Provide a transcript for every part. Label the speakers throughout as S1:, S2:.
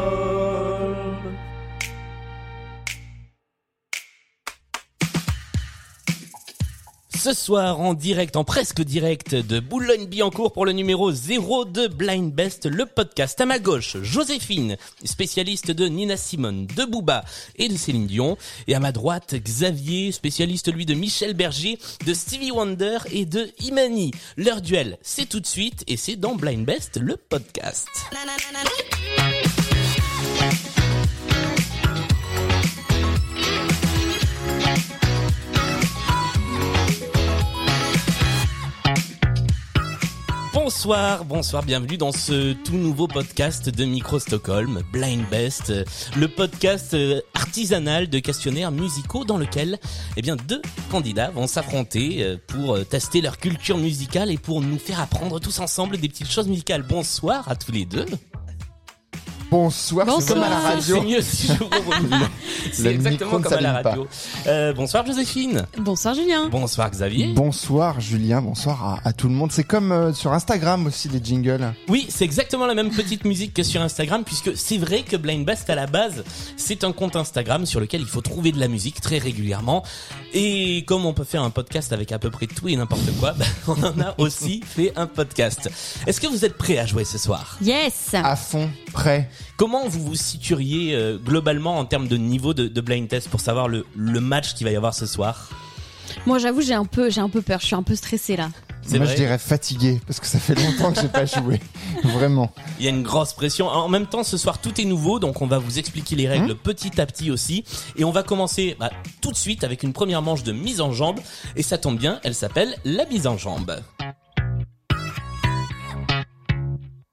S1: Microstodome.
S2: Ce soir, en direct, en presque direct de Boulogne-Billancourt pour le numéro 0 de Blind Best, le podcast. À ma gauche, Joséphine, spécialiste de Nina Simone, de Booba et de Céline Dion. Et à ma droite, Xavier, spécialiste lui de Michel Berger, de Stevie Wonder et de Imani. Leur duel, c'est tout de suite et c'est dans Blind Best, le podcast. Bonsoir, bonsoir, bienvenue dans ce tout nouveau podcast de Micro Stockholm, Blind Best, euh, le podcast euh, artisanal de questionnaires musicaux dans lequel, eh bien, deux candidats vont s'affronter euh, pour euh, tester leur culture musicale et pour nous faire apprendre tous ensemble des petites choses musicales. Bonsoir à tous les deux.
S3: Bonsoir, c'est
S4: Bonsoir.
S3: comme à la
S2: C'est
S3: radio.
S2: mieux si je vous remets.
S3: Le
S2: C'est
S3: micro
S2: exactement
S3: ne
S2: comme à la
S3: s'allume pas.
S2: radio. Euh, bonsoir Joséphine.
S4: Bonsoir Julien.
S2: Bonsoir Xavier.
S3: Bonsoir Julien, bonsoir à, à tout le monde. C'est comme euh, sur Instagram aussi les jingles.
S2: Oui, c'est exactement la même petite musique que sur Instagram, puisque c'est vrai que Blind Best, à la base, c'est un compte Instagram sur lequel il faut trouver de la musique très régulièrement. Et comme on peut faire un podcast avec à peu près tout et n'importe quoi, bah, on en a aussi fait un podcast. Est-ce que vous êtes prêts à jouer ce soir
S4: Yes.
S3: À fond, prêt.
S2: Comment vous vous situeriez euh, globalement en termes de niveau de, de Blind Test pour savoir le, le match qu'il va y avoir ce soir
S4: Moi j'avoue j'ai un peu j'ai un peu peur, je suis un peu stressée là.
S2: C'est
S3: Moi
S2: vrai
S3: je dirais fatigué parce que ça fait longtemps que j'ai pas joué. Vraiment.
S2: Il y a une grosse pression. En même temps, ce soir, tout est nouveau, donc on va vous expliquer les règles petit à petit aussi. Et on va commencer bah, tout de suite avec une première manche de mise en jambe. Et ça tombe bien, elle s'appelle la mise en jambe.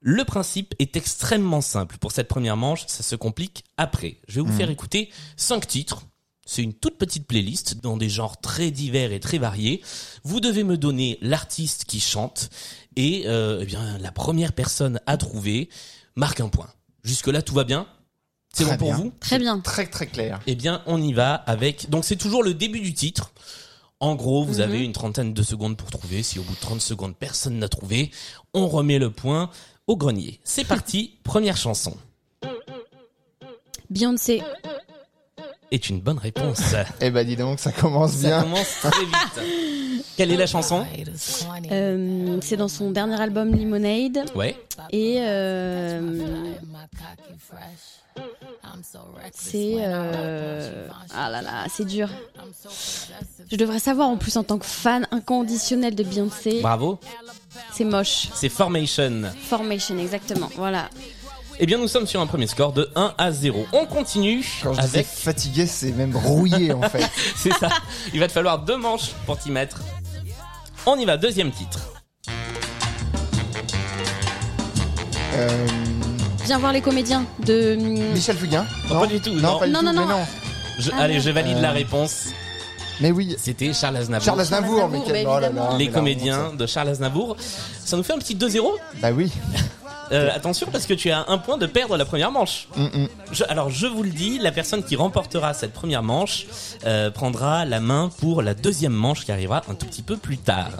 S2: Le principe est extrêmement simple. Pour cette première manche, ça se complique après. Je vais vous
S3: Hmm.
S2: faire écouter cinq titres. C'est une toute petite playlist dans des genres très divers et très variés. Vous devez me donner l'artiste qui chante et euh, eh bien la première personne à trouver marque un point. Jusque là tout va bien C'est
S3: Très
S2: bon pour
S3: bien.
S2: vous
S4: Très bien.
S3: Très très clair.
S2: Eh bien on y va avec donc c'est toujours le début du titre. En gros, vous
S4: Mhm.
S2: avez une trentaine de secondes pour trouver. Si au bout de 30 secondes personne n'a trouvé, on remet le point au grenier. C'est parti, première chanson.
S4: Beyoncé.
S2: Est une bonne réponse.
S3: Eh ben dis donc, ça commence
S2: Ça
S3: bien.
S2: commence très vite. Quelle est la chanson
S4: euh, c'est dans son dernier album Lemonade
S2: Ouais.
S4: et euh, c'est euh, ah là là c'est dur. Je devrais savoir en plus en tant que fan inconditionnel de Beyoncé.
S2: Bravo.
S4: C'est moche.
S2: C'est Formation.
S4: Formation exactement. Voilà.
S2: Eh bien, nous sommes sur un premier score de 1 à 0. On continue
S3: Quand je disais
S2: avec.
S3: fatigué, c'est même rouillé en fait.
S2: C'est ça. Il va te falloir deux manches pour t'y mettre. On y va, deuxième titre.
S3: Euh,
S4: Viens voir les comédiens de
S3: Michel Fugain
S2: Oh, pas du tout, non.
S3: pas du
S4: Non,
S3: tout,
S4: non,
S3: mais
S4: non.
S2: Je-
S4: Ah,
S2: allez, je valide
S3: Euh.
S2: la réponse.
S3: Mais oui,
S2: C'était Charles Aznavour.
S3: Charles
S4: Charles
S3: Aznavour, mais
S4: Aznavour,
S3: quel-
S4: bah,
S3: oh là là,
S4: évidemment.
S3: mais
S2: Les
S3: là, on
S2: comédiens de Charles Aznavour. Ça nous fait un petit 2-0.
S3: monte. Bah oui.
S2: Euh, attention, parce que tu as un point de perdre la première manche.
S3: Mm, mm.
S2: Je- alors je vous le dis, la personne qui remportera cette première manche euh, prendra la main pour la deuxième manche qui arrivera un tout petit peu plus tard.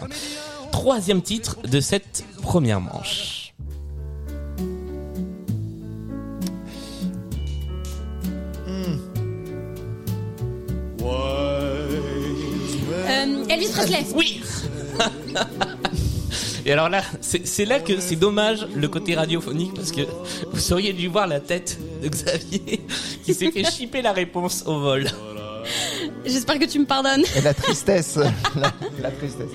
S2: Troisième titre de cette première manche.
S4: Euh, Elvis Presley.
S2: Oui Et alors là, c'est c'est là que c'est dommage le côté radiophonique parce que vous auriez dû voir la tête de Xavier qui s'est fait chipper la réponse au vol.
S4: J'espère que tu me pardonnes.
S3: Et la tristesse. la, la tristesse.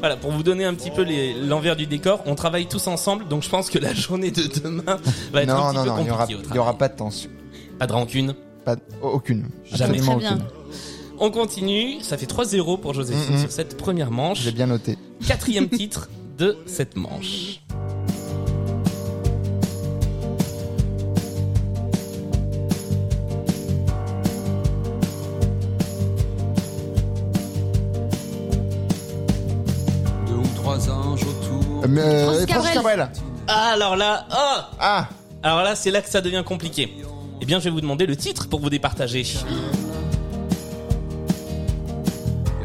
S2: Voilà, pour vous donner un petit peu les- l'envers du décor, on travaille tous ensemble, donc je pense que la journée de demain va être un
S3: Non,
S2: petit
S3: non,
S2: Bah, peu
S3: non,
S2: compliquée
S3: il n'y aura,
S2: au
S3: il y
S2: travail.
S3: aura pas de tension.
S2: Pas de rancune.
S3: Pas, aucune.
S2: Jamais.
S3: Absolument
S4: Très bien.
S3: aucune.
S2: On continue, ça fait 3-0 pour Joséphine
S3: Mhm.
S2: sur cette première manche.
S3: J'ai bien noté. Euh,
S2: Quatrième titre de cette manche.
S5: Deux ou trois anges autour.
S3: Mais, euh,
S4: Francis
S3: et Francis
S4: Cabrel.
S3: Cabrel.
S2: Alors là, oh
S3: Ah,
S2: Alors là, c'est là que ça devient compliqué. Eh bien, je vais vous demander le titre pour vous départager.
S5: Y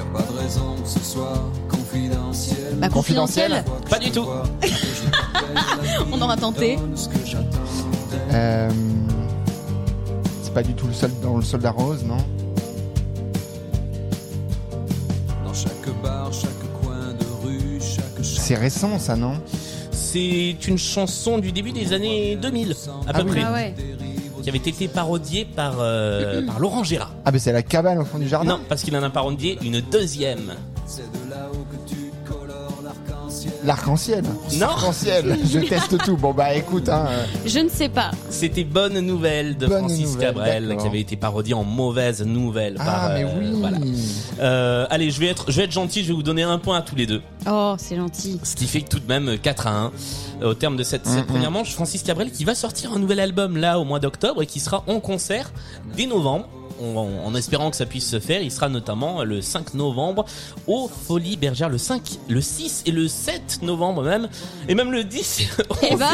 S5: a pas de raison que ce soit confidentiel.
S4: Bah,
S3: Confidentiel.
S5: Chaque fois que
S2: Pas
S5: je
S2: du
S5: te
S2: tout.
S5: vois, que je
S4: On aura tenté.
S3: Euh, c'est pas du tout le sol dans le soldat rose, non
S4: Euh.
S5: Dans chaque bar, chaque coin de rue, chaque
S3: C'est récent, ça, non
S2: C'est une chanson du début des années 2000, à peu
S3: Ah oui.
S2: près,
S4: Ah ouais.
S2: qui avait été parodiée par, euh, par Laurent Gérard.
S3: Ah, mais c'est la cabane au fond du jardin.
S2: Non, parce qu'il en a parodié une deuxième.
S5: C'est de là-haut que tu colores l'arc-en-ciel.
S3: L'arc-en-ciel.
S2: Non.
S3: L'arc-en-ciel. Je teste tout. Bon, bah écoute, hein. euh,
S4: Je ne sais pas.
S2: C'était Bonne Nouvelle de
S3: Bonne
S2: Francis
S3: Nouvelle,
S2: Cabrel,
S3: d'accord.
S2: qui avait été parodié en Mauvaise Nouvelle. par,
S3: Ah, mais
S2: euh,
S3: oui.
S2: voilà. Euh, allez, je vais être, je vais être gentil, je vais vous donner un point à tous les deux.
S4: Oh, c'est gentil.
S2: Ce qui fait que tout de même euh, 4 à 1 euh, au terme de cette, cette
S3: Mhm.
S2: première manche. Francis Cabrel qui va sortir un nouvel album là au mois d'octobre et qui sera en concert dès novembre. En, en- en espérant que ça puisse se faire, il sera notamment euh, le 5 novembre au Folie Bergère, le 5, le 6 et le 7 novembre même, et même le 10.
S4: Eh bah.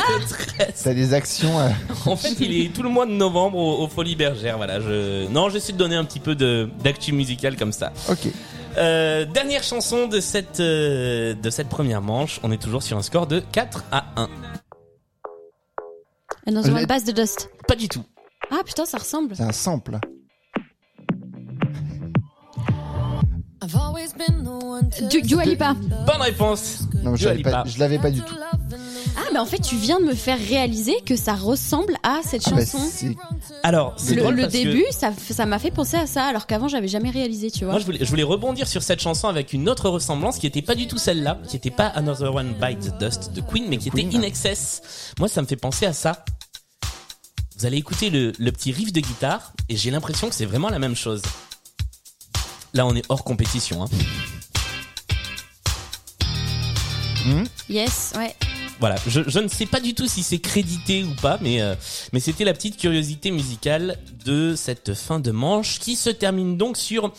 S3: T'as des actions. euh,
S2: en fait, il est tout le mois de novembre au, au Folie Bergère. Voilà, je, non, j'essaie de donner un petit peu de, d'actu musicale comme ça.
S3: Ok.
S2: Euh, dernière chanson de cette, euh, de cette première manche. On est toujours sur un score de 4 à 1.
S4: Ah Non, c'est
S3: Le-
S4: une base de Dust.
S2: Pas du tout.
S4: Ah putain, ça ressemble.
S3: C'est un sample.
S4: Du, Dua Lipa.
S2: Bonne réponse.
S3: Non, mais je
S2: Dua
S3: l'avais pas,
S2: Lipa.
S3: je l'avais pas du tout.
S4: Ah, mais en fait, tu viens de me faire réaliser que ça ressemble à cette
S3: Ah, bah,
S4: chanson.
S3: c'est
S2: Alors, c'est
S4: le
S2: drôle
S4: le
S2: parce que
S4: début, ça f- ça m'a fait penser à ça, alors qu'avant, j'avais jamais réalisé, tu vois.
S2: Moi, je voulais, je voulais rebondir sur cette chanson avec une autre ressemblance qui était pas du tout celle-là, qui était pas Another One Bites the Dust de Queen, mais qui était
S3: Queen.
S2: In Excess. Moi, ça me fait penser à ça. Vous allez écouter le, le petit riff de guitare et j'ai l'impression que c'est vraiment la même chose. Là, on est hors compétition. Hein.
S4: Yes, ouais.
S2: Voilà, je, je ne sais pas du tout si c'est crédité ou pas, mais, euh, mais c'était la petite curiosité musicale de cette fin de manche qui se termine donc sur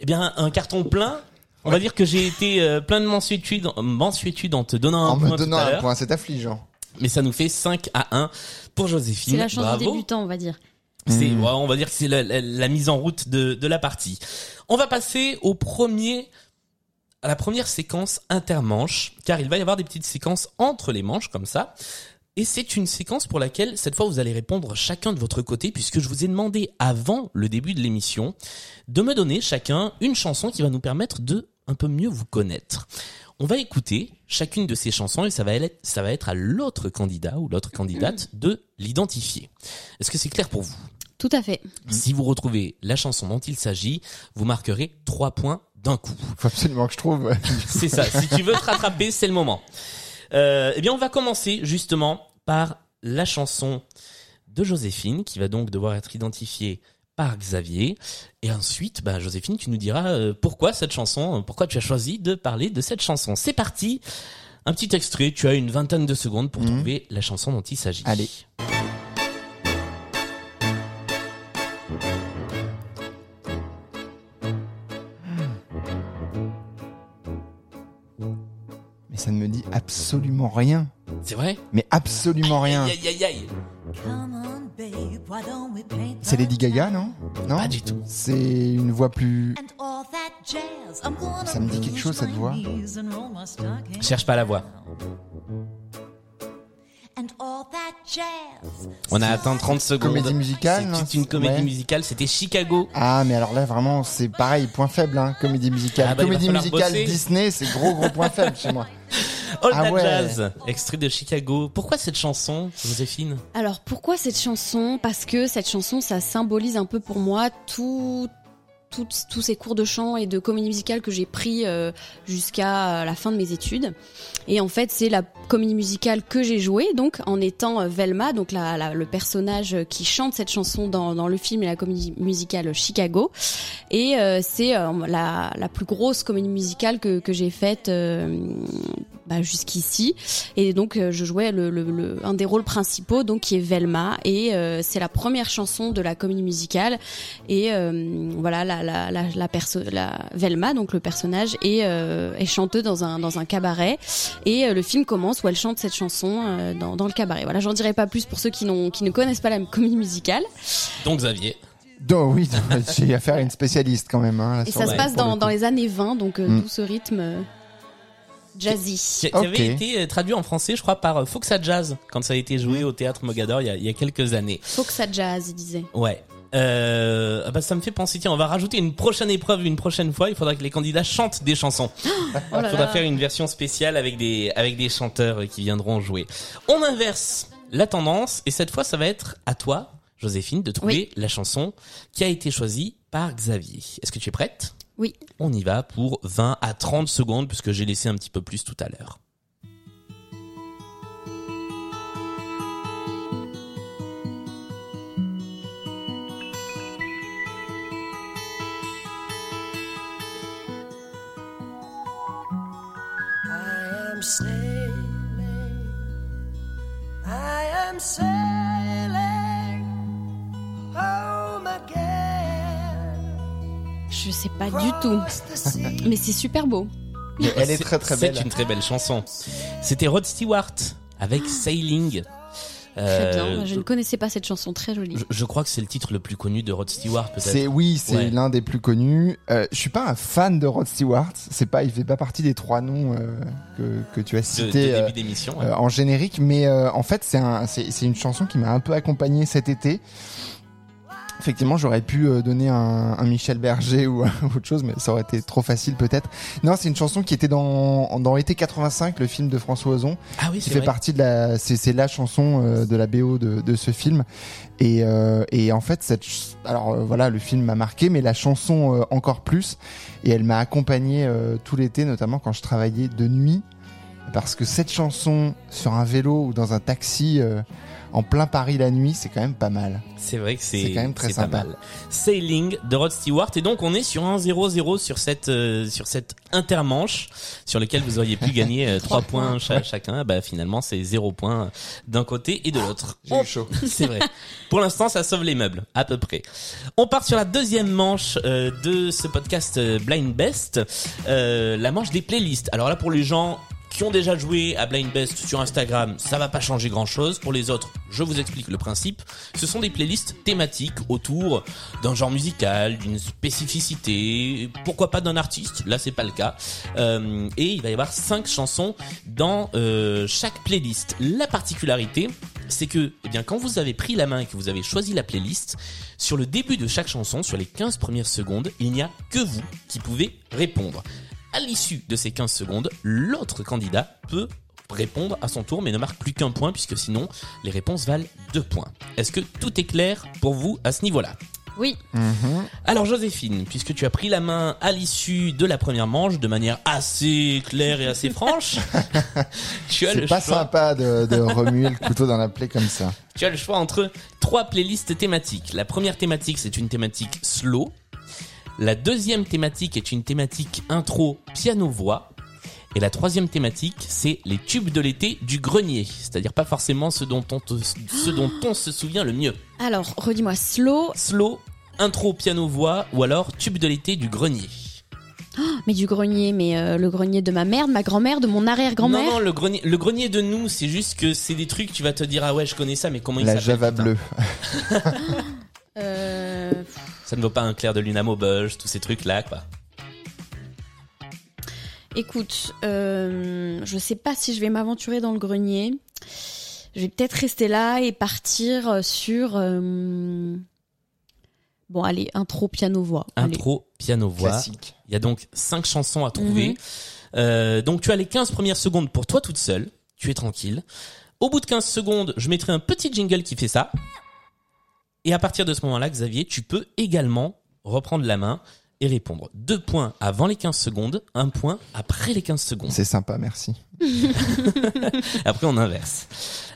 S2: eh bien, un carton plein. On va dire que j'ai été euh, plein de mensuétude, mensuétude en te donnant un
S3: En
S2: point
S3: me donnant
S2: tout à
S3: un
S2: l'heure,
S3: point, c'est affligeant.
S2: mais ça nous fait 5 à 1 pour Joséphine.
S4: C'est la chanson
S2: Mmh, Bravo.
S4: débutant, on va dire.
S2: C'est,
S3: Mm.
S2: ouais, on va dire que c'est la, la- la mise en route de, de la partie. On va passer au premier, à la première séquence intermanche, car il va y avoir des petites séquences entre les manches comme ça. Et c'est une séquence pour laquelle, cette fois, vous allez répondre chacun de votre côté, puisque je vous ai demandé avant le début de l'émission de me donner chacun une chanson qui va nous permettre de un peu mieux vous connaître. On va écouter chacune de ces chansons et ça va être, ça va être à l'autre candidat ou l'autre candidate de l'identifier. Est-ce que c'est clair pour vous?
S4: Tout à fait.
S2: Si vous retrouvez la chanson dont il s'agit, vous marquerez 3 points d'un coup.
S3: Faut absolument que je trouve.
S2: C'est ça. si tu veux te rattraper, c'est le moment. Euh, eh bien, on va commencer justement par la chanson de Joséphine, qui va donc devoir être identifiée par Xavier. Et ensuite, bah, Joséphine, tu nous diras euh, pourquoi cette chanson, euh, pourquoi tu as choisi de parler de cette chanson. C'est parti. Un petit extrait. Tu as une vingtaine de secondes pour
S3: Mhm.
S2: trouver la chanson dont il s'agit.
S3: Allez. Mais ça ne me dit absolument rien.
S2: C'est vrai
S3: Mais absolument rien.
S2: Aïe, aïe, aïe.
S3: C'est Lady Gaga, non Non
S2: Pas du tout.
S3: C'est une voix plus.
S1: Ça me dit quelque chose cette voix.
S2: Cherche pas la voix. On a atteint 30 secondes.
S3: Comédie musicale, non
S2: C'est une comédie
S3: Ouais.
S2: musicale, c'était Chicago.
S3: Ah, mais alors là, vraiment, c'est pareil, point faible, hein, comédie musicale.
S2: Ah bah, il va
S3: comédie
S2: falloir
S3: musicale
S2: bosser.
S3: Disney, c'est gros, gros point faible chez moi.
S2: All
S3: Ah
S2: That
S3: ouais.
S2: Jazz, extrait de Chicago. Pourquoi cette chanson, Joséphine
S4: Alors pourquoi cette chanson Parce que cette chanson, ça symbolise un peu pour moi tout, tout- tous ces cours de chant et de comédie musicale que j'ai pris euh, jusqu'à euh, la fin de mes études. Et en fait, c'est la comédie musicale que j'ai jouée, donc en étant euh, Velma, donc la- la- le personnage euh, qui chante cette chanson dans, dans le film et la comédie musicale Chicago. Et euh, c'est euh, la, la plus grosse comédie musicale que, que j'ai faite euh, bah, jusqu'ici. Et donc euh, je jouais le, le- le- un des rôles principaux, donc qui est Velma, et euh, c'est la première chanson de la comédie musicale. Et euh, voilà, la, la, la, la, perso- la Velma, donc le personnage, est, euh, est chanteuse dans un dans un cabaret. Et euh, le film commence où elle chante cette chanson euh, dans, dans le cabaret. Voilà, j'en dirai pas plus pour ceux qui n'ont qui ne connaissent pas la comédie musicale.
S2: Donc Xavier.
S3: Donc, oui, donc, j'ai affaire à une spécialiste quand même. Hein, là,
S4: Et
S3: sur
S4: ça
S3: le-
S4: se passe
S3: pour le
S4: dans
S3: coup.
S4: dans les années 20, donc euh,
S3: Mm.
S4: tout ce rythme. euh, jazzy.
S2: Qui, qui
S3: Ok.
S2: avait été euh, traduit en français, je crois, par euh, Foxa Jazz quand ça a été
S3: Mm.
S2: joué au théâtre Mogador il y a, il y a quelques années.
S4: Faut que ça jazz, il disait.
S2: Ouais. Euh, ah bah ça me fait penser, tiens, on va rajouter une prochaine épreuve une prochaine fois. Il faudra que les candidats chantent des chansons.
S4: Oh
S3: Ah,
S2: Il
S4: là
S2: faudra
S4: là.
S2: faire une version spéciale avec des, avec des chanteurs qui viendront jouer. On inverse la tendance et cette fois, ça va être à toi, Joséphine, de trouver la chanson qui a été choisie par Xavier. Est-ce que tu es prête
S4: Oui.
S2: On y va pour 20 à 30 secondes puisque j'ai laissé un petit peu plus tout à l'heure.
S6: I am sailing. I am sailing home again.
S4: Je sais pas du tout. Mais c'est super beau.
S3: Elle est
S2: C'est-
S3: très très belle.
S2: C'est une très belle chanson. C'était Rod Stewart avec Sailing.
S4: Ah. Très
S2: Euh,
S4: bien. Je ne connaissais pas cette chanson, très jolie.
S2: je, je crois que c'est le titre le plus connu de Rod Stewart peut-être.
S3: C'est oui, c'est
S2: Ouais.
S3: l'un des plus connus. Euh, je suis pas un fan de Rod Stewart. C'est pas, il fait pas partie des trois noms euh, que, que tu as
S2: De, de
S3: cités euh,
S2: début d'émission. ouais.
S3: euh, en générique, mais euh, en fait c'est un, c'est c'est une chanson qui m'a un peu accompagné cet été. Effectivement, j'aurais pu euh, donner un, un Michel Berger ou autre chose, mais ça aurait été trop facile peut-être. Non, c'est une chanson qui était dans dans été 85, le film de François Ozon
S2: ah oui,
S3: qui
S2: c'est
S3: fait
S2: vrai.
S3: partie de la c'est c'est la chanson euh, de la BO de, de ce film et euh, et en fait cette ch- alors euh, voilà le film m'a marqué mais la chanson euh, encore plus et elle m'a accompagné euh, tout l'été notamment quand je travaillais de nuit parce que cette chanson sur un vélo ou dans un taxi euh, en plein Paris la nuit c'est quand même pas mal
S2: C'est vrai que c'est
S3: C'est quand même très
S2: c'est pas
S3: sympa.
S2: mal. Sailing de Rod Stewart et donc on est sur un 0-0 sur cette euh, sur cette intermanche sur lequel vous auriez pu gagner 3 points cha- chacun. Bah finalement c'est 0 points d'un côté et de l'autre. On-
S3: chaud
S2: C'est vrai. Pour l'instant, ça sauve les meubles, à peu près. On part sur la deuxième manche euh, de ce podcast euh, Blind Best, euh, la manche des playlists. Alors là, pour les gens qui ont déjà joué à Blind Best sur Instagram, ça va pas changer grand-chose. Pour les autres, je vous explique le principe. Ce sont des playlists thématiques autour d'un genre musical, d'une spécificité, pourquoi pas d'un artiste. Là, c'est pas le cas. Euh, et il va y avoir cinq chansons dans euh, chaque playlist. La particularité, c'est que eh bien, quand vous avez pris la main et que vous avez choisi la playlist, sur le début de chaque chanson, sur les 15 premières secondes, il n'y a que vous qui pouvez répondre. À l'issue de ces 15 secondes, l'autre candidat peut répondre à son tour mais ne marque plus qu'un point puisque sinon les réponses valent deux points. Est-ce que tout est clair pour vous à ce niveau-là
S4: Oui.
S3: Mm-hmm.
S2: alors Joséphine, puisque tu as pris la main à l'issue de la première manche de manière assez claire et assez franche, tu, as le
S3: c'est pas
S2: choix,
S3: sympa de, de remuer le couteau dans la plaie comme ça
S2: tu as le choix entre trois playlists thématiques. La première thématique, c'est une thématique slow. La deuxième thématique est une thématique intro piano-voix. Et la troisième thématique, c'est les tubes de l'été du grenier. C'est-à-dire pas forcément ce dont on, te- ce dont
S4: Ah.
S2: on se souvient le mieux.
S4: Alors, redis-moi, slow,
S2: Slow, intro piano-voix ou alors tube de l'été du grenier.
S4: mais du grenier, mais euh, le grenier de ma mère, de ma grand-mère, de mon
S2: Non,
S4: arrière-grand-mère.
S2: non, le grenier, le grenier de nous, c'est juste que c'est des trucs, tu vas te dire, ah ouais, je connais ça, mais comment il
S3: la
S2: s'appelle
S3: java
S2: putain
S3: bleue
S4: Euh,
S2: Ça ne vaut pas un clair de lune à Maubeuge, tous ces trucs-là, quoi.
S4: écoute, euh, je sais pas si je vais m'aventurer dans le grenier. Je vais peut-être rester là et partir sur. euh, Bon, allez, intro piano-voix. Allez.
S2: Intro, piano-voix.
S3: classique
S2: Il y a donc cinq chansons à trouver.
S4: Mhm.
S2: Euh, donc tu as les 15 premières secondes pour toi toute seule. Tu es tranquille. Au bout de 15 secondes, je mettrai un petit jingle qui fait ça. Et à partir de ce moment-là, Xavier, tu peux également reprendre la main et répondre. Deux points avant les 15 secondes, un point après les 15 secondes.
S3: c'est sympa merci
S2: Après, on inverse.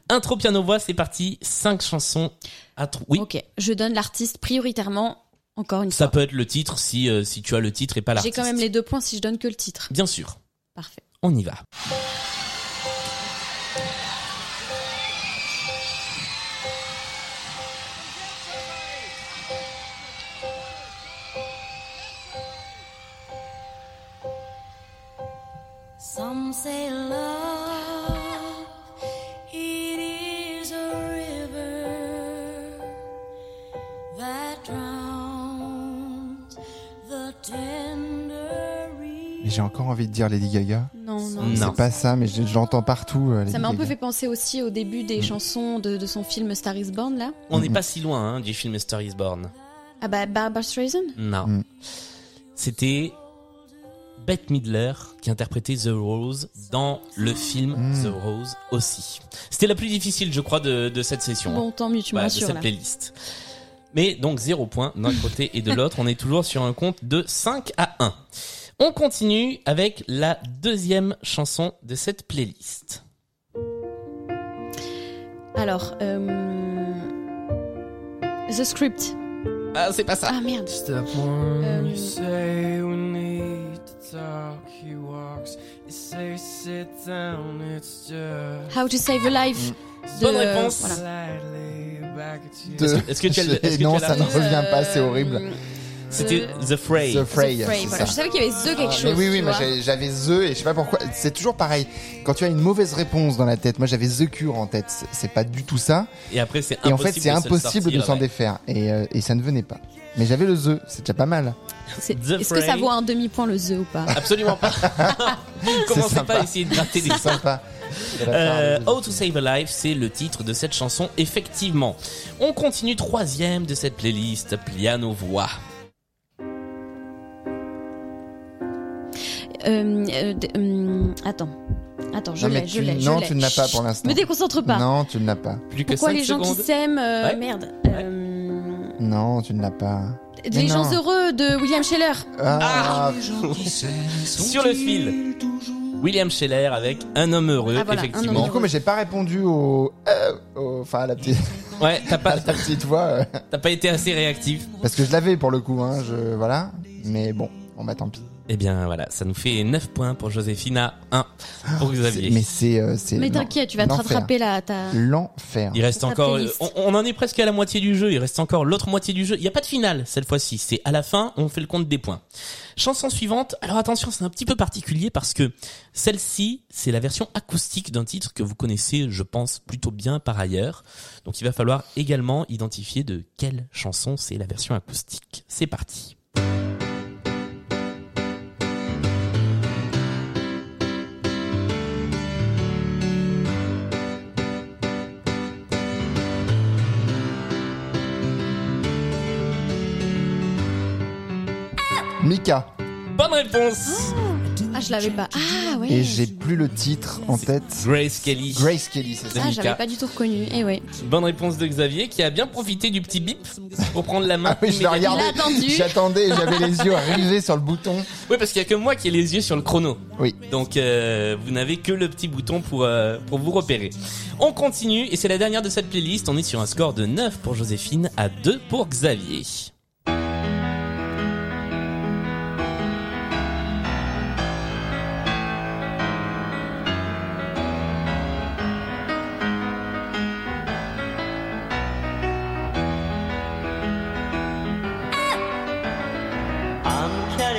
S2: Intro piano-voix, c'est parti. Cinq chansons à trou. Oui,
S4: Ok, je donne l'artiste prioritairement, encore une
S2: ça
S4: fois.
S2: peut être le titre si, euh, si tu as le titre et pas
S4: J'ai
S2: l'artiste.
S4: quand même les deux points si je donne que le titre.
S2: Bien sûr,
S4: Parfait.
S2: on y va.
S1: Some say love, it is a river that drowns the tender
S3: Mais j'ai encore envie de dire Lady Gaga
S4: Non, Non.
S2: Non.
S3: C'est pas ça, mais je, je l'entends partout. euh,
S4: Ça
S3: Lady
S4: m'a un peu
S3: Gaga.
S4: fait penser aussi au début des
S3: Mm.
S4: chansons de, de son film Star is Born, là.
S2: On n'est
S3: Mhm.
S2: pas si loin hein, du film Star is Born.
S4: Ah bah, Barbara Streisand
S2: Non.
S3: Mhm.
S2: C'était Bette Midler qui interprétait The Rose dans le film
S3: Mhm.
S2: The Rose aussi. C'était la plus difficile, je crois, de, de cette session. hein.
S4: Bon, tant mieux, tu
S3: Bah,
S2: Voilà,
S4: m'en
S2: de
S4: rassures,
S2: cette
S4: là.
S2: playlist. Mais donc zéro point d'un côté et de l'autre. On est toujours sur un compte de 5 à 1. On continue avec la deuxième chanson de cette playlist.
S4: Alors, euh... The Script.
S2: Ah, c'est pas ça.
S4: Ah merde.
S7: Step one,
S4: Um,
S7: you say we need to talk. He walks. You say sit down. It's just
S4: How to Save a Life.
S3: Mm.
S2: Bonne
S4: de-
S2: réponse.
S4: voilà.
S7: slightly back at you.
S3: De-
S2: Est-ce que tu as le- est-ce que
S3: Non,
S2: tu as
S3: ça
S2: la-
S3: ne revient pas, c'est
S4: Euh,
S3: horrible.
S2: C'était
S4: The-
S2: The Fray.
S3: The
S4: The Fray,
S3: Fray, c'est
S4: voilà.
S3: ça. Ah,
S4: Je savais qu'il y avait The quelque chose.
S3: Mais oui,
S4: tu
S3: oui, moi
S4: vois.
S3: j'avais- j'avais The et je sais pas pourquoi. C'est toujours pareil. Quand tu as une mauvaise réponse dans la tête, moi j'avais The Cure en tête. C'est- C'est pas du tout ça.
S2: Et après, c'est
S3: Et
S2: impossible.
S3: en fait, c'est
S2: de se
S3: impossible de
S2: sortir,
S3: s'en
S2: ouais.
S3: défaire. Et, euh, et ça ne venait pas. Mais j'avais le The, c'est déjà pas mal.
S4: C'est-
S2: The
S4: Est-ce que ça
S2: Fray.
S4: vaut un demi-point le The ou pas
S2: Absolument pas. Commencez pas
S3: sympa.
S2: à essayer de gratter des
S3: C'est sympa.
S2: Euh, How to Save a Life, c'est le titre de cette chanson, effectivement. On continue troisième de cette playlist, Piano Voix.
S4: Euh, euh, d- hum, Attends. Attends, je
S3: Non, mais
S4: l'ai, je
S3: tu-
S4: l'ai. je
S3: non,
S4: l'ai.
S3: tu ne l'as pas pour
S4: Chut,
S3: l'instant.
S4: Me déconcentre pas.
S3: Non, tu ne l'as pas.
S2: Plus que
S4: Pourquoi
S2: 5
S4: les gens
S2: secondes.
S4: qui s'aiment euh,
S2: Ouais.
S4: Merde. Euh,
S3: Non, tu ne l'as pas.
S4: Les
S3: Mais
S4: gens
S3: non.
S4: heureux de William Scheller.
S3: Ah,
S2: Sur le fil, William Scheller avec Un homme heureux,
S4: Ah, voilà, Un
S2: effectivement.
S4: homme
S3: du coup, mais j'ai pas répondu au, euh, au- enfin à la petite,
S2: Ouais, t'as
S3: à
S2: pas,
S3: la petite voix, euh,
S2: t'as pas été assez réactif.
S3: parce que je l'avais pour le coup, hein, je, voilà. Mais bon, on bah tant pis.
S2: Eh bien, voilà, ça nous fait 9 points pour Joséphine à 1 pour
S3: C'est-
S2: Xavier.
S3: Mais c'est, euh, c'est.
S4: Ah, Mais
S3: non,
S4: t'inquiète, tu vas te
S3: l'enfer.
S4: rattraper hein. là. t'as-
S3: L'enfer.
S2: Il reste
S4: Ta
S2: encore,
S4: playlist.
S2: on, on en est presque à la moitié du jeu. Il reste encore l'autre moitié du jeu. Il n'y a pas de finale cette fois-ci. C'est à la fin, on fait le compte des points. Chanson suivante. Alors attention, c'est un petit peu particulier parce que celle-ci, c'est la version acoustique d'un titre que vous connaissez, je pense, plutôt bien par ailleurs. Donc il va falloir également identifier de quelle chanson c'est la version acoustique. C'est parti.
S3: Mika.
S2: Bonne réponse.
S4: Ah, je l'avais pas. Ah ouais.
S3: Et j'ai plus le titre en tête.
S2: Grace Kelly.
S3: Grace Kelly, c'est ça.
S4: Ah,
S2: Mika.
S4: j'avais pas du tout reconnu. Eh ouais.
S2: Bonne réponse de Xavier qui a bien profité du petit bip pour prendre la main.
S3: Ah oui, je l'ai
S2: immédiatement.
S4: Il
S3: regardé.
S4: a attendu.
S3: J'attendais, j'avais les yeux rivés sur le bouton.
S2: Oui, parce qu'il n'y a que moi qui ai les yeux sur le chrono.
S3: Oui.
S2: Donc, euh, vous n'avez que le petit bouton pour, euh, pour vous repérer. On continue, et c'est la dernière de cette playlist. On est sur un score de 9 pour Joséphine, à 2 pour Xavier.
S3: Ah,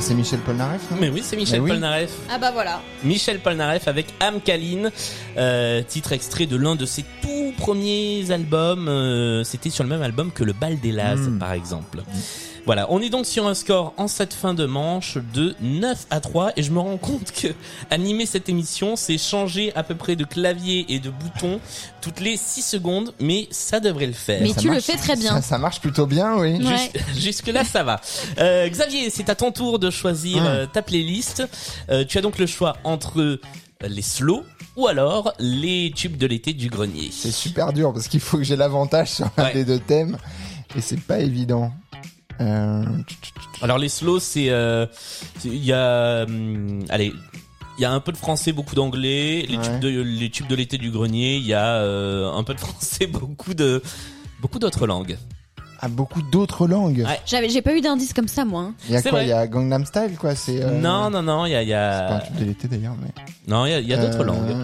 S3: C'est Michel Polnareff, non
S2: Mais oui, c'est Michel
S3: Mais oui.
S2: Polnareff.
S4: Ah bah voilà.
S2: Michel Polnareff avec Am Kaline, euh, titre extrait de l'un de ses tout premiers albums. euh, C'était sur le même album que Le Bal des Lazes,
S3: Mm.
S2: par exemple. Voilà, on est donc sur un score en cette fin de manche de 9 à 3 et je me rends compte que animer cette émission, c'est changer à peu près de clavier et de bouton toutes les 6 secondes, mais ça devrait le faire.
S4: Mais
S3: Eh, Ça
S4: tu le
S3: marche.
S4: fais très bien.
S3: Ça, ça marche plutôt bien, oui.
S4: Ouais.
S2: Jus- Jusque-là, ça va. Euh, Xavier, c'est à ton tour de choisir
S3: Mm.
S2: euh, ta playlist. Euh, tu as donc le choix entre euh, les slow ou alors les tubes de l'été du grenier.
S3: C'est super dur parce qu'il faut que j'ai l'avantage sur un
S2: Ouais.
S3: des deux thèmes et c'est pas évident. Euh,
S2: Alors les slow, c'est euh, c'est- il y a hum, allez. Il y a un peu de français, beaucoup d'anglais. Les,
S3: Ouais.
S2: tubes de, les tubes de l'été du grenier, il y a euh, un peu de français, beaucoup de beaucoup d'autres langues.
S3: à beaucoup d'autres langues.
S2: Ouais.
S4: J'avais, j'ai pas eu d'indice comme ça moi. hein.
S3: Il y a
S2: C'est
S3: quoi
S2: vrai.
S3: Il y a Gangnam Style, quoi. C'est euh,
S2: Non, non, non, il y a, il y
S3: C'est pas un
S2: a...
S3: tube de l'été d'ailleurs, mais.
S2: non, il y a, il y a d'autres
S3: Euh,
S2: langues.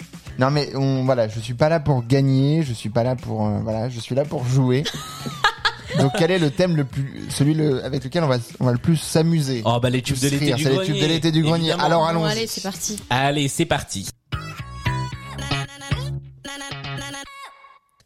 S3: non mais on, voilà, je suis pas là pour gagner, je suis pas là pour euh, voilà, je suis là pour jouer. Donc quel est le thème le plus, celui le, avec lequel on va on va le plus s'amuser
S2: Oh bah les tubes de
S3: Se
S2: l'été
S3: rire,
S2: du
S3: c'est
S2: grenier.
S3: les tubes de l'été du grenier. Ah,
S2: évidemment.
S3: Alors
S4: Bon,
S3: allons.
S4: allez, c'est parti.
S2: Allez, c'est parti.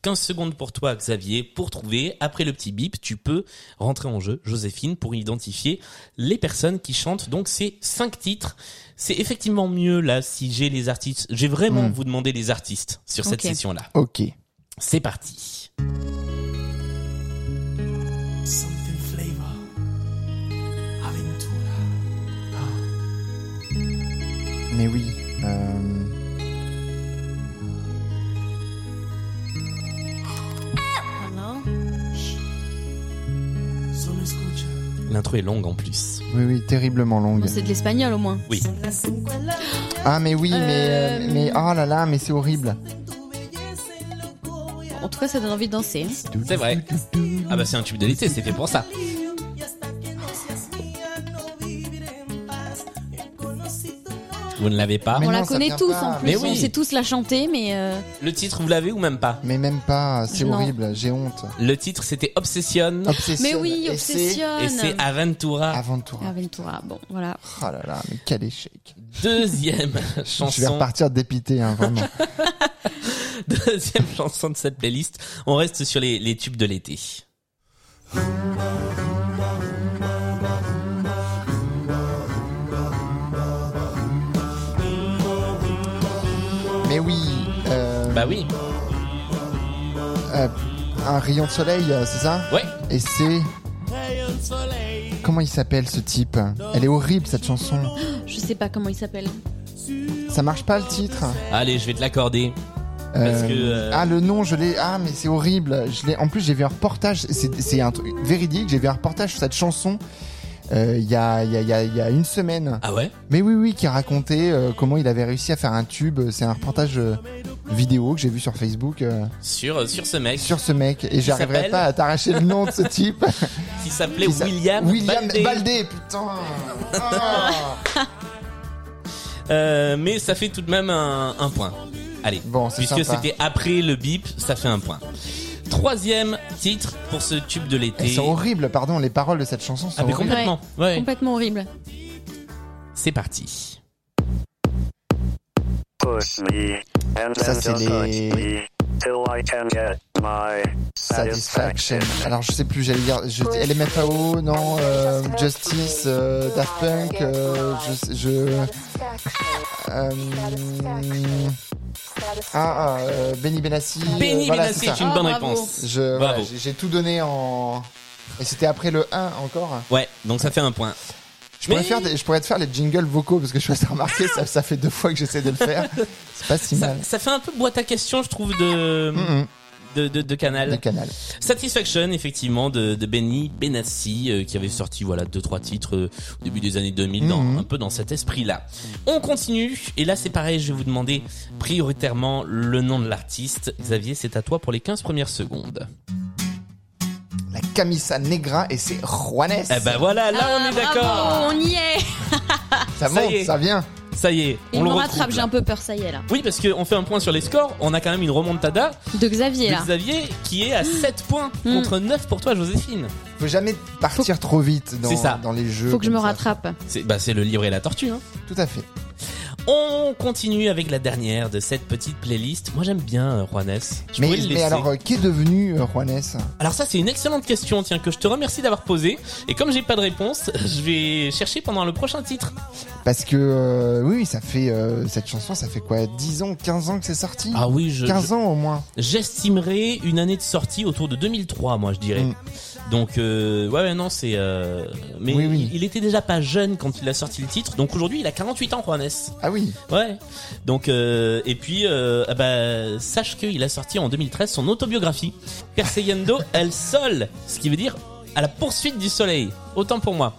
S2: 15 secondes pour toi, Xavier, pour trouver. Après le petit bip, tu peux rentrer en jeu, Joséphine, pour identifier les personnes qui chantent donc ces cinq titres. C'est effectivement mieux là si j'ai les artistes. J'ai vraiment
S3: Mm.
S2: vous demandé les artistes sur cette
S4: Ok.
S2: session-là.
S3: Ok.
S2: C'est parti.
S5: Something flavor. Aventura.
S3: Mais oui. euh,
S5: Solo escucha.
S2: L'intro est longue en plus.
S3: Oui, oui, terriblement longue.
S4: Bon, c'est de l'espagnol au moins.
S2: Oui.
S3: Ah, mais oui, mais,
S4: Euh,
S3: euh, mais oh là là, mais c'est horrible.
S4: En tout cas, ça donne envie de danser. hein.
S2: C'est vrai. Ah bah c'est un tube de l'été, c'est fait pour ça. Vous ne l'avez pas.
S3: Mais
S4: on
S3: non,
S4: la
S3: ça
S4: connaît
S3: vient
S4: tous
S3: pas.
S4: en plus,
S2: Mais
S4: on
S2: oui.
S4: sait tous la chanter, mais euh,
S2: Le titre, vous l'avez ou même pas
S3: Mais même pas, c'est
S4: Non.
S3: horrible, j'ai honte.
S2: Le titre, c'était Obsession.
S3: Obsession.
S4: mais oui,
S3: et
S4: obsessionne.
S2: Et c'est
S3: c'est
S2: Aventura.
S4: Ah.
S3: Aventura.
S4: Aventura, bon, voilà.
S3: Oh là là, mais quel échec.
S2: Deuxième
S3: Je vais
S2: chanson.
S3: repartir dépité, hein, vraiment.
S2: Deuxième chanson de cette playlist. On reste sur les, les tubes de l'été.
S3: mais oui. euh,
S2: Bah oui.
S3: euh, un rayon de soleil, euh, c'est ça
S2: Ouais.
S3: Et c'est. Comment il s'appelle ce type Elle est horrible cette chanson.
S4: Je sais pas comment il s'appelle.
S3: Ça marche pas le titre
S2: Allez, je vais te l'accorder. Parce que, euh,
S3: Ah, le nom, je l'ai. Ah, mais c'est horrible. Je l'ai. En plus, j'ai vu un reportage. C'est c'est un truc véridique. J'ai vu un reportage sur cette chanson. euh, Il y, a, il y, a, il y a- il y a une semaine.
S2: Ah ouais
S3: Mais oui, oui, qui racontait euh, comment il avait réussi à faire un tube. C'est un reportage euh, vidéo que j'ai vu sur Facebook euh,
S2: Sur, sur ce mec
S3: sur ce mec. Et j'arriverai
S2: s'appelle
S3: pas à t'arracher le nom de ce type.
S2: qui s'appelait
S3: Qui s'a-
S2: William,
S3: William
S2: Baldé.
S3: Baldé, putain. Ah.
S2: Euh, mais ça fait tout de même un, un point. Allez,
S3: Bon, c'est
S2: puisque
S3: sympa.
S2: c'était après le bip, ça fait un point. Troisième titre pour ce tube de
S3: Elles
S2: l'été.
S3: sont horribles, pardon. Les paroles de cette chanson sont
S2: Ah mais
S3: horribles.
S2: complètement. Ouais.
S4: Complètement horrible.
S2: C'est parti.
S8: push me, and
S3: Ça,
S8: then
S3: c'est
S8: just
S3: les-
S8: touch me, till I can get my
S3: Satisfaction.
S8: satisfaction.
S3: Alors je sais plus, j'allais dire je, LMFAO, non, euh, Justice, euh, Daft Punk, euh, je, je euh, ah, ah, euh, Benny Benassi. euh,
S2: Benny
S3: voilà,
S2: Benassi
S3: c'est
S2: est
S3: ça.
S2: une
S4: Ah,
S2: bonne
S4: bravo.
S2: réponse.
S3: Je, voilà,
S2: Bravo.
S3: j'ai- j'ai tout donné en et c'était après le 1 encore.
S2: Ouais, donc ça fait un point.
S3: Je pourrais,
S2: Mais-
S3: faire des- je pourrais te faire les jingles vocaux parce que je suis assez remarqué, ça, ça fait deux fois que j'essaie de le faire. C'est pas si
S2: Ça,
S3: mal.
S2: ça fait un peu boîte à questions, je trouve, de,
S3: Mm, mm,
S2: de, de, de
S3: le
S2: Canal.
S3: canal.
S2: Satisfaction, effectivement, de, de Benny Benassi, euh, qui avait sorti voilà deux trois titres euh, au début des années 2000, dans,
S3: Mhm.
S2: un peu dans cet esprit-là. On continue, et là c'est pareil, je vais vous demander prioritairement le nom de l'artiste. Xavier, c'est à toi pour les 15 premières secondes.
S3: La Camisa Negra et c'est Juanes.
S2: Eh ben voilà, là on
S4: Ah,
S2: est
S4: bravo,
S2: d'accord.
S4: on y est.
S2: ça
S3: ça
S2: y
S3: monte,
S2: est.
S3: ça vient.
S2: Ça y est,
S4: Il
S2: on
S4: me
S2: le
S4: rattrape,
S2: rattrape.
S4: j'ai un peu peur, ça y est là.
S2: Oui, parce qu'on fait un point sur les scores, on a quand même une remontada
S4: De Xavier
S2: de
S4: là.
S2: Xavier qui est à 7 points
S4: Mm.
S2: contre 9 pour toi, Joséphine.
S3: Faut jamais partir trop vite dans,
S2: C'est ça.
S3: dans les jeux.
S4: Faut que je me
S3: comme ça.
S4: rattrape.
S2: C'est bah, c'est le livre et la tortue. Hein.
S3: Tout à fait.
S2: On continue avec la dernière de cette petite playlist. Moi j'aime bien euh, Juanes. Je
S3: Mais,
S2: pourrais le
S3: mais
S2: laisser.
S3: alors, euh, qui est devenu euh, Juanes
S2: Alors ça c'est une excellente question, tiens, que je te remercie d'avoir posée. Et comme j'ai pas de réponse, je vais chercher pendant le prochain titre.
S3: Parce que, euh, oui, ça fait. euh, cette chanson, ça fait quoi 10 ans, 15 ans que c'est sorti
S2: Ah oui, je,
S3: 15 ans au moins.
S2: je- j'estimerais une année de sortie autour de 2003, moi je dirais.
S3: Mm.
S2: Donc euh, ouais, ouais, non, c'est... euh, mais
S3: Oui, oui.
S2: Il, il était déjà pas jeune quand il a sorti le titre, donc aujourd'hui il a 48 ans, Juanes.
S3: Ah oui,
S2: Ouais. Donc euh, et puis euh, ah bah sache qu'il a sorti en 2013 son autobiographie Perseyendo El Sol, ce qui veut dire à la poursuite du soleil. Autant pour moi.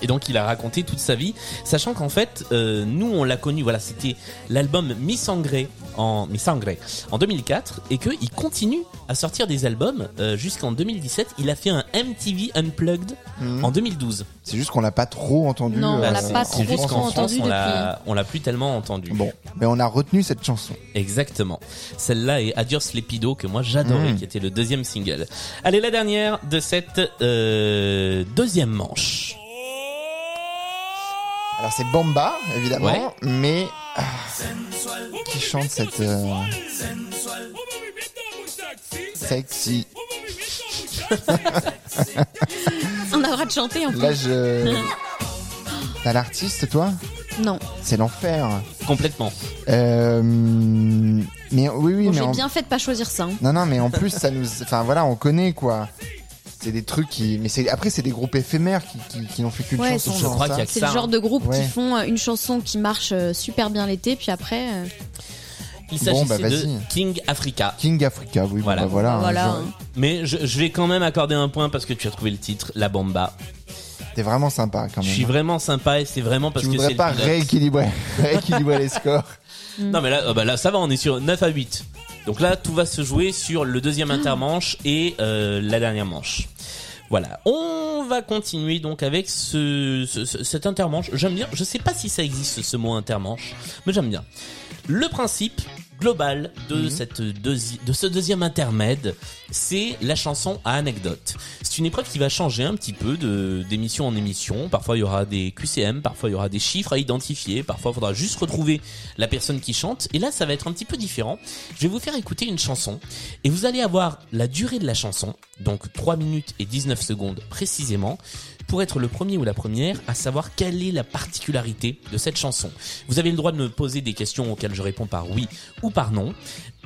S2: Et donc il a raconté toute sa vie, sachant qu'en fait euh, nous on l'a connu. Voilà, c'était l'album Mi Sangre en Mi Sangre en 2004 et que il continue à sortir des albums euh, jusqu'en 2017. Il a fait un MTV Unplugged
S3: Mhm.
S2: en 2012.
S3: c'est juste qu'on l'a pas trop entendu.
S4: Non, on
S3: euh,
S4: l'a
S2: c'est-
S4: pas
S3: en
S2: Bah, c'est
S4: trop
S2: juste
S3: France,
S2: qu'en
S3: en
S4: entendu.
S2: France, on l'a- on l'a plus tellement entendu.
S3: Bon, mais on a retenu cette chanson.
S2: Exactement. Celle-là est Adios Lepido que moi j'adorais,
S3: Mm.
S2: qui était le deuxième single. Allez, la dernière de cette euh, deuxième manche.
S3: Alors, c'est Bamba, évidemment,
S2: Ouais.
S3: euh, mais. ah, qui chante cette. euh, sexy.
S4: On a le droit de chanter en
S3: Là,
S4: plus.
S3: je. T'as l'artiste, toi
S9: Non.
S3: C'est l'enfer.
S2: Complètement.
S3: Euh... Mais oui, oui,
S9: Bon,
S3: mais.
S9: J'ai
S3: en-
S9: bien fait de pas choisir ça. hein.
S3: Non, non, mais en plus, ça nous. Enfin, voilà, on connaît, quoi. C'est des trucs qui. Mais c'est après, c'est des groupes éphémères qui, qui, qui n'ont fait qu'une
S9: Ouais,
S3: chanson.
S9: je
S3: genre
S2: crois
S3: ça.
S2: qu'il y a que
S9: C'est
S2: ça,
S9: le genre
S2: hein.
S9: de groupe
S3: Ouais.
S9: qui font euh, une chanson qui marche euh, super bien l'été, puis après. euh,
S2: Il
S3: Bon,
S2: s'agissait
S3: bah,
S2: de
S3: vas-y.
S2: King Africa.
S3: King Africa, oui,
S2: Voilà.
S3: voilà. voilà, hein,
S9: voilà.
S3: genre,
S9: hein.
S2: Mais je, je vais quand même accorder un point parce que tu as trouvé le titre, La Bamba.
S3: T'es vraiment sympa quand
S2: Je
S3: même.
S2: suis vraiment sympa et c'est vraiment parce
S3: tu
S2: que c'est
S3: voudrais
S2: le
S3: pas
S2: pilote.
S3: rééquilibrer, rééquilibrer les scores.
S2: Non mais là, euh, bah là ça va, on est sur 9 à 8. Donc là tout va se jouer sur le deuxième intermanche et euh, la dernière manche. Voilà, on va continuer donc avec ce, ce- ce- cet intermanche. J'aime bien, je sais pas si ça existe ce mot intermanche, mais j'aime bien. Le principe global de, cette deuxi- de ce deuxième intermède, c'est la chanson à anecdote. C'est une épreuve qui va changer un petit peu de d'émission en émission. Parfois il y aura des QCM, parfois il y aura des chiffres à identifier, parfois il faudra juste retrouver la personne qui chante. Et là ça va être un petit peu différent. Je vais vous faire écouter une chanson et vous allez avoir la durée de la chanson, donc 3 minutes et 19 secondes précisément, pour être le premier ou la première à savoir quelle est la particularité de cette chanson. Vous avez le droit de me poser des questions auxquelles je réponds par oui ou par non.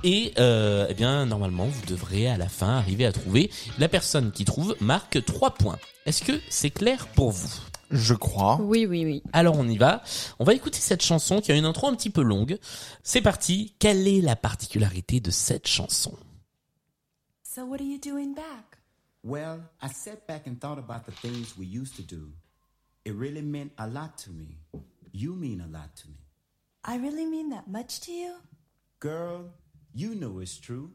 S2: Et euh, eh bien normalement vous devrez à la fin arriver à trouver la personne qui trouve marque 3 points. Est-ce que c'est clair pour vous
S3: Je
S2: Ah.
S3: crois.
S9: Oui, oui, oui.
S2: alors on y va. On va écouter cette chanson qui a une intro un petit peu longue. C'est parti. Quelle est la particularité de cette chanson
S10: So, what are you doing back?
S11: Well, I sat back and thought about the things we used to do. It really meant a lot to me. You mean a lot to me.
S10: I really mean that much to you?
S11: Girl, you know it's true.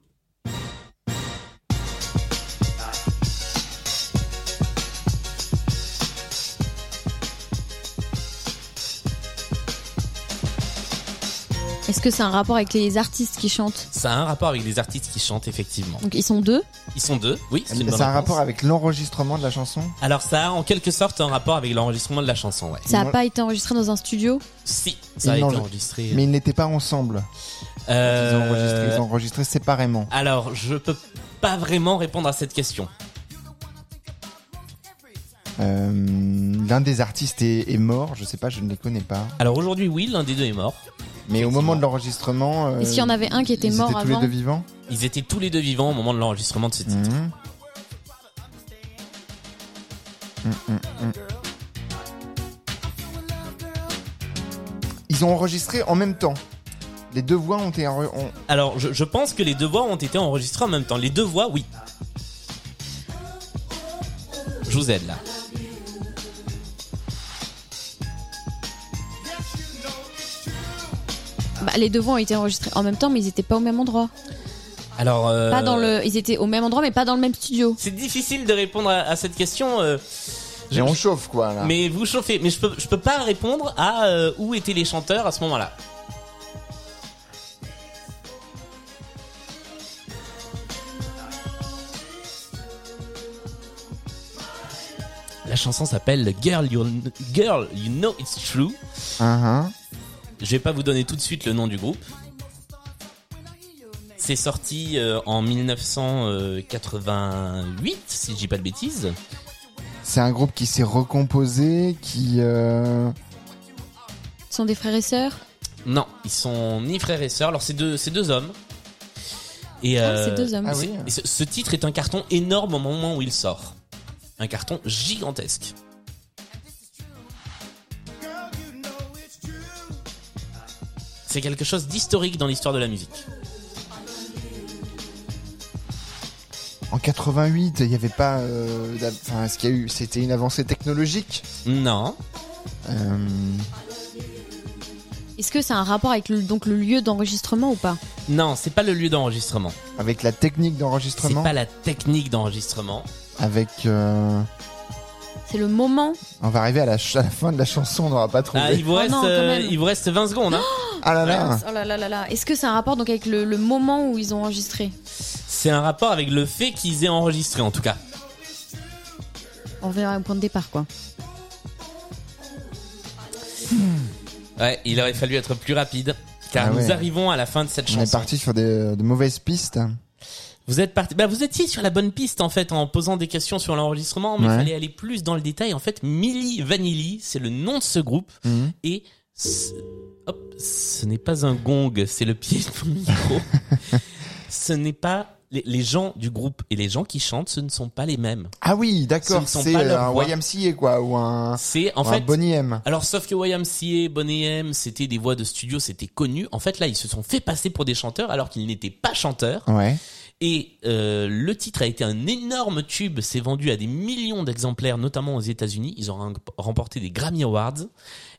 S9: Est-ce que c'est un rapport avec les artistes qui chantent
S2: Ça a un rapport avec les artistes qui chantent effectivement.
S9: Donc ils sont deux.
S2: Ils sont deux. Oui, c'est
S3: C'est
S2: une
S3: un
S2: bonne réponse.
S3: rapport avec l'enregistrement de la chanson
S2: Alors ça a en quelque sorte un rapport avec l'enregistrement de la chanson, ouais.
S9: Ça n'a
S3: Moi-
S9: pas été enregistré dans un studio.
S2: Si, ça a
S3: Ils
S2: été
S3: l'ont-
S2: enregistré.
S3: Mais ils n'étaient pas ensemble. Ils, ont enregistré,
S2: Euh,
S3: ils ont enregistré séparément.
S2: Alors je peux pas vraiment répondre à cette question.
S3: Euh, L'un des artistes est, est mort, je sais pas, je ne les connais pas.
S2: Alors aujourd'hui, oui, l'un des deux est mort.
S3: Mais au moment de l'enregistrement. euh,
S9: Et s'il y en avait un qui était
S3: ils
S9: mort
S3: étaient tous les
S9: avant
S3: deux vivants
S2: Ils étaient tous les deux vivants au moment de l'enregistrement de ce titre.
S3: Mhm. Mm, mm, mm. Ils ont enregistré en même temps. Les deux voix ont été. enre- ont-
S2: Alors je, je pense que les deux voix ont été enregistrées en même temps. Les deux voix, oui. Je vous aide là.
S9: Bah, les deux voix ont été enregistrées en même temps, mais ils n'étaient pas au même endroit.
S2: Alors, euh,
S9: Pas dans le, ils étaient au même endroit, mais pas dans le même studio.
S2: C'est difficile de répondre à, à cette question. euh, je-
S3: Et on chauffe quoi là.
S2: mais vous chauffez. Mais je peux, je peux pas répondre à euh, où étaient les chanteurs à ce moment-là. La chanson s'appelle Girl you, Girl, you Know It's True.
S3: Hein, hein.
S2: Je vais pas vous donner tout de suite le nom du groupe. C'est sorti euh, en 1988, si je dis pas de bêtises.
S3: C'est un groupe qui s'est recomposé, qui. euh,
S9: Ce sont des frères et sœurs.
S2: Non, ils sont ni frères et sœurs. Alors c'est deux, c'est deux hommes. Et
S9: Ah, c'est deux hommes.
S3: Ah
S2: c'est-
S3: oui.
S2: et ce, ce titre est un carton énorme au moment où il sort. Un carton gigantesque. C'est quelque chose d'historique dans l'histoire de la musique.
S3: En 88, il n'y avait pas. euh, d'a- Enfin, ce qu'il y a eu, c'était une avancée technologique.
S2: Non.
S3: Euh,
S9: Est-ce que c'est un rapport avec le, donc le lieu d'enregistrement ou pas
S2: Non, c'est pas le lieu d'enregistrement.
S3: avec la technique
S2: C'est
S3: d'enregistrement.
S2: pas la technique d'enregistrement.
S3: Avec. euh,
S9: C'est le moment.
S3: On va arriver à la, ch- à la fin de la chanson, on n'aura pas trouvé.
S2: Ah, il vous
S9: Oh
S2: reste,
S9: non, quand
S2: euh,
S9: même.
S2: il vous reste 20 secondes. hein.
S3: Ah là là.
S9: Oh là là là là. Est-ce que c'est un rapport donc avec le, le moment où ils ont enregistré
S2: C'est un rapport avec le fait qu'ils aient enregistré, en tout cas.
S9: On verra au point de départ quoi.
S2: Ouais, il aurait fallu être plus rapide. Car
S3: Ah
S2: nous
S3: ouais.
S2: arrivons à la fin de cette
S3: On est
S2: chanson.
S3: parti sur des, de mauvaises pistes.
S2: Vous êtes parti. Bah, vous étiez sur la bonne piste en fait en posant des questions sur l'enregistrement, mais il
S3: Ouais.
S2: fallait aller plus dans le détail. En fait, Milli Vanilli, c'est le nom de ce groupe
S3: Mhm.
S2: et ce- hop, ce n'est pas un gong, c'est le pied de mon micro. ce n'est pas les, les gens du groupe et les gens qui chantent, ce ne sont pas les mêmes.
S3: Ah oui,
S2: Ce ne
S3: d'accord,
S2: sont
S3: c'est
S2: pas leurs
S3: un
S2: voix.
S3: YMCA quoi, ou un,
S2: C'est en
S3: ou un
S2: fait
S3: Bonnie M.
S2: Alors, sauf que YMCA, Boney M, c'était des voix de studio, c'était connu. En fait, là, ils se sont fait passer pour des chanteurs alors qu'ils n'étaient pas chanteurs.
S3: Ouais.
S2: Et euh, le titre a été un énorme tube, s'est vendu à des millions d'exemplaires, notamment aux États-Unis. Ils ont rem- remporté des Grammy Awards.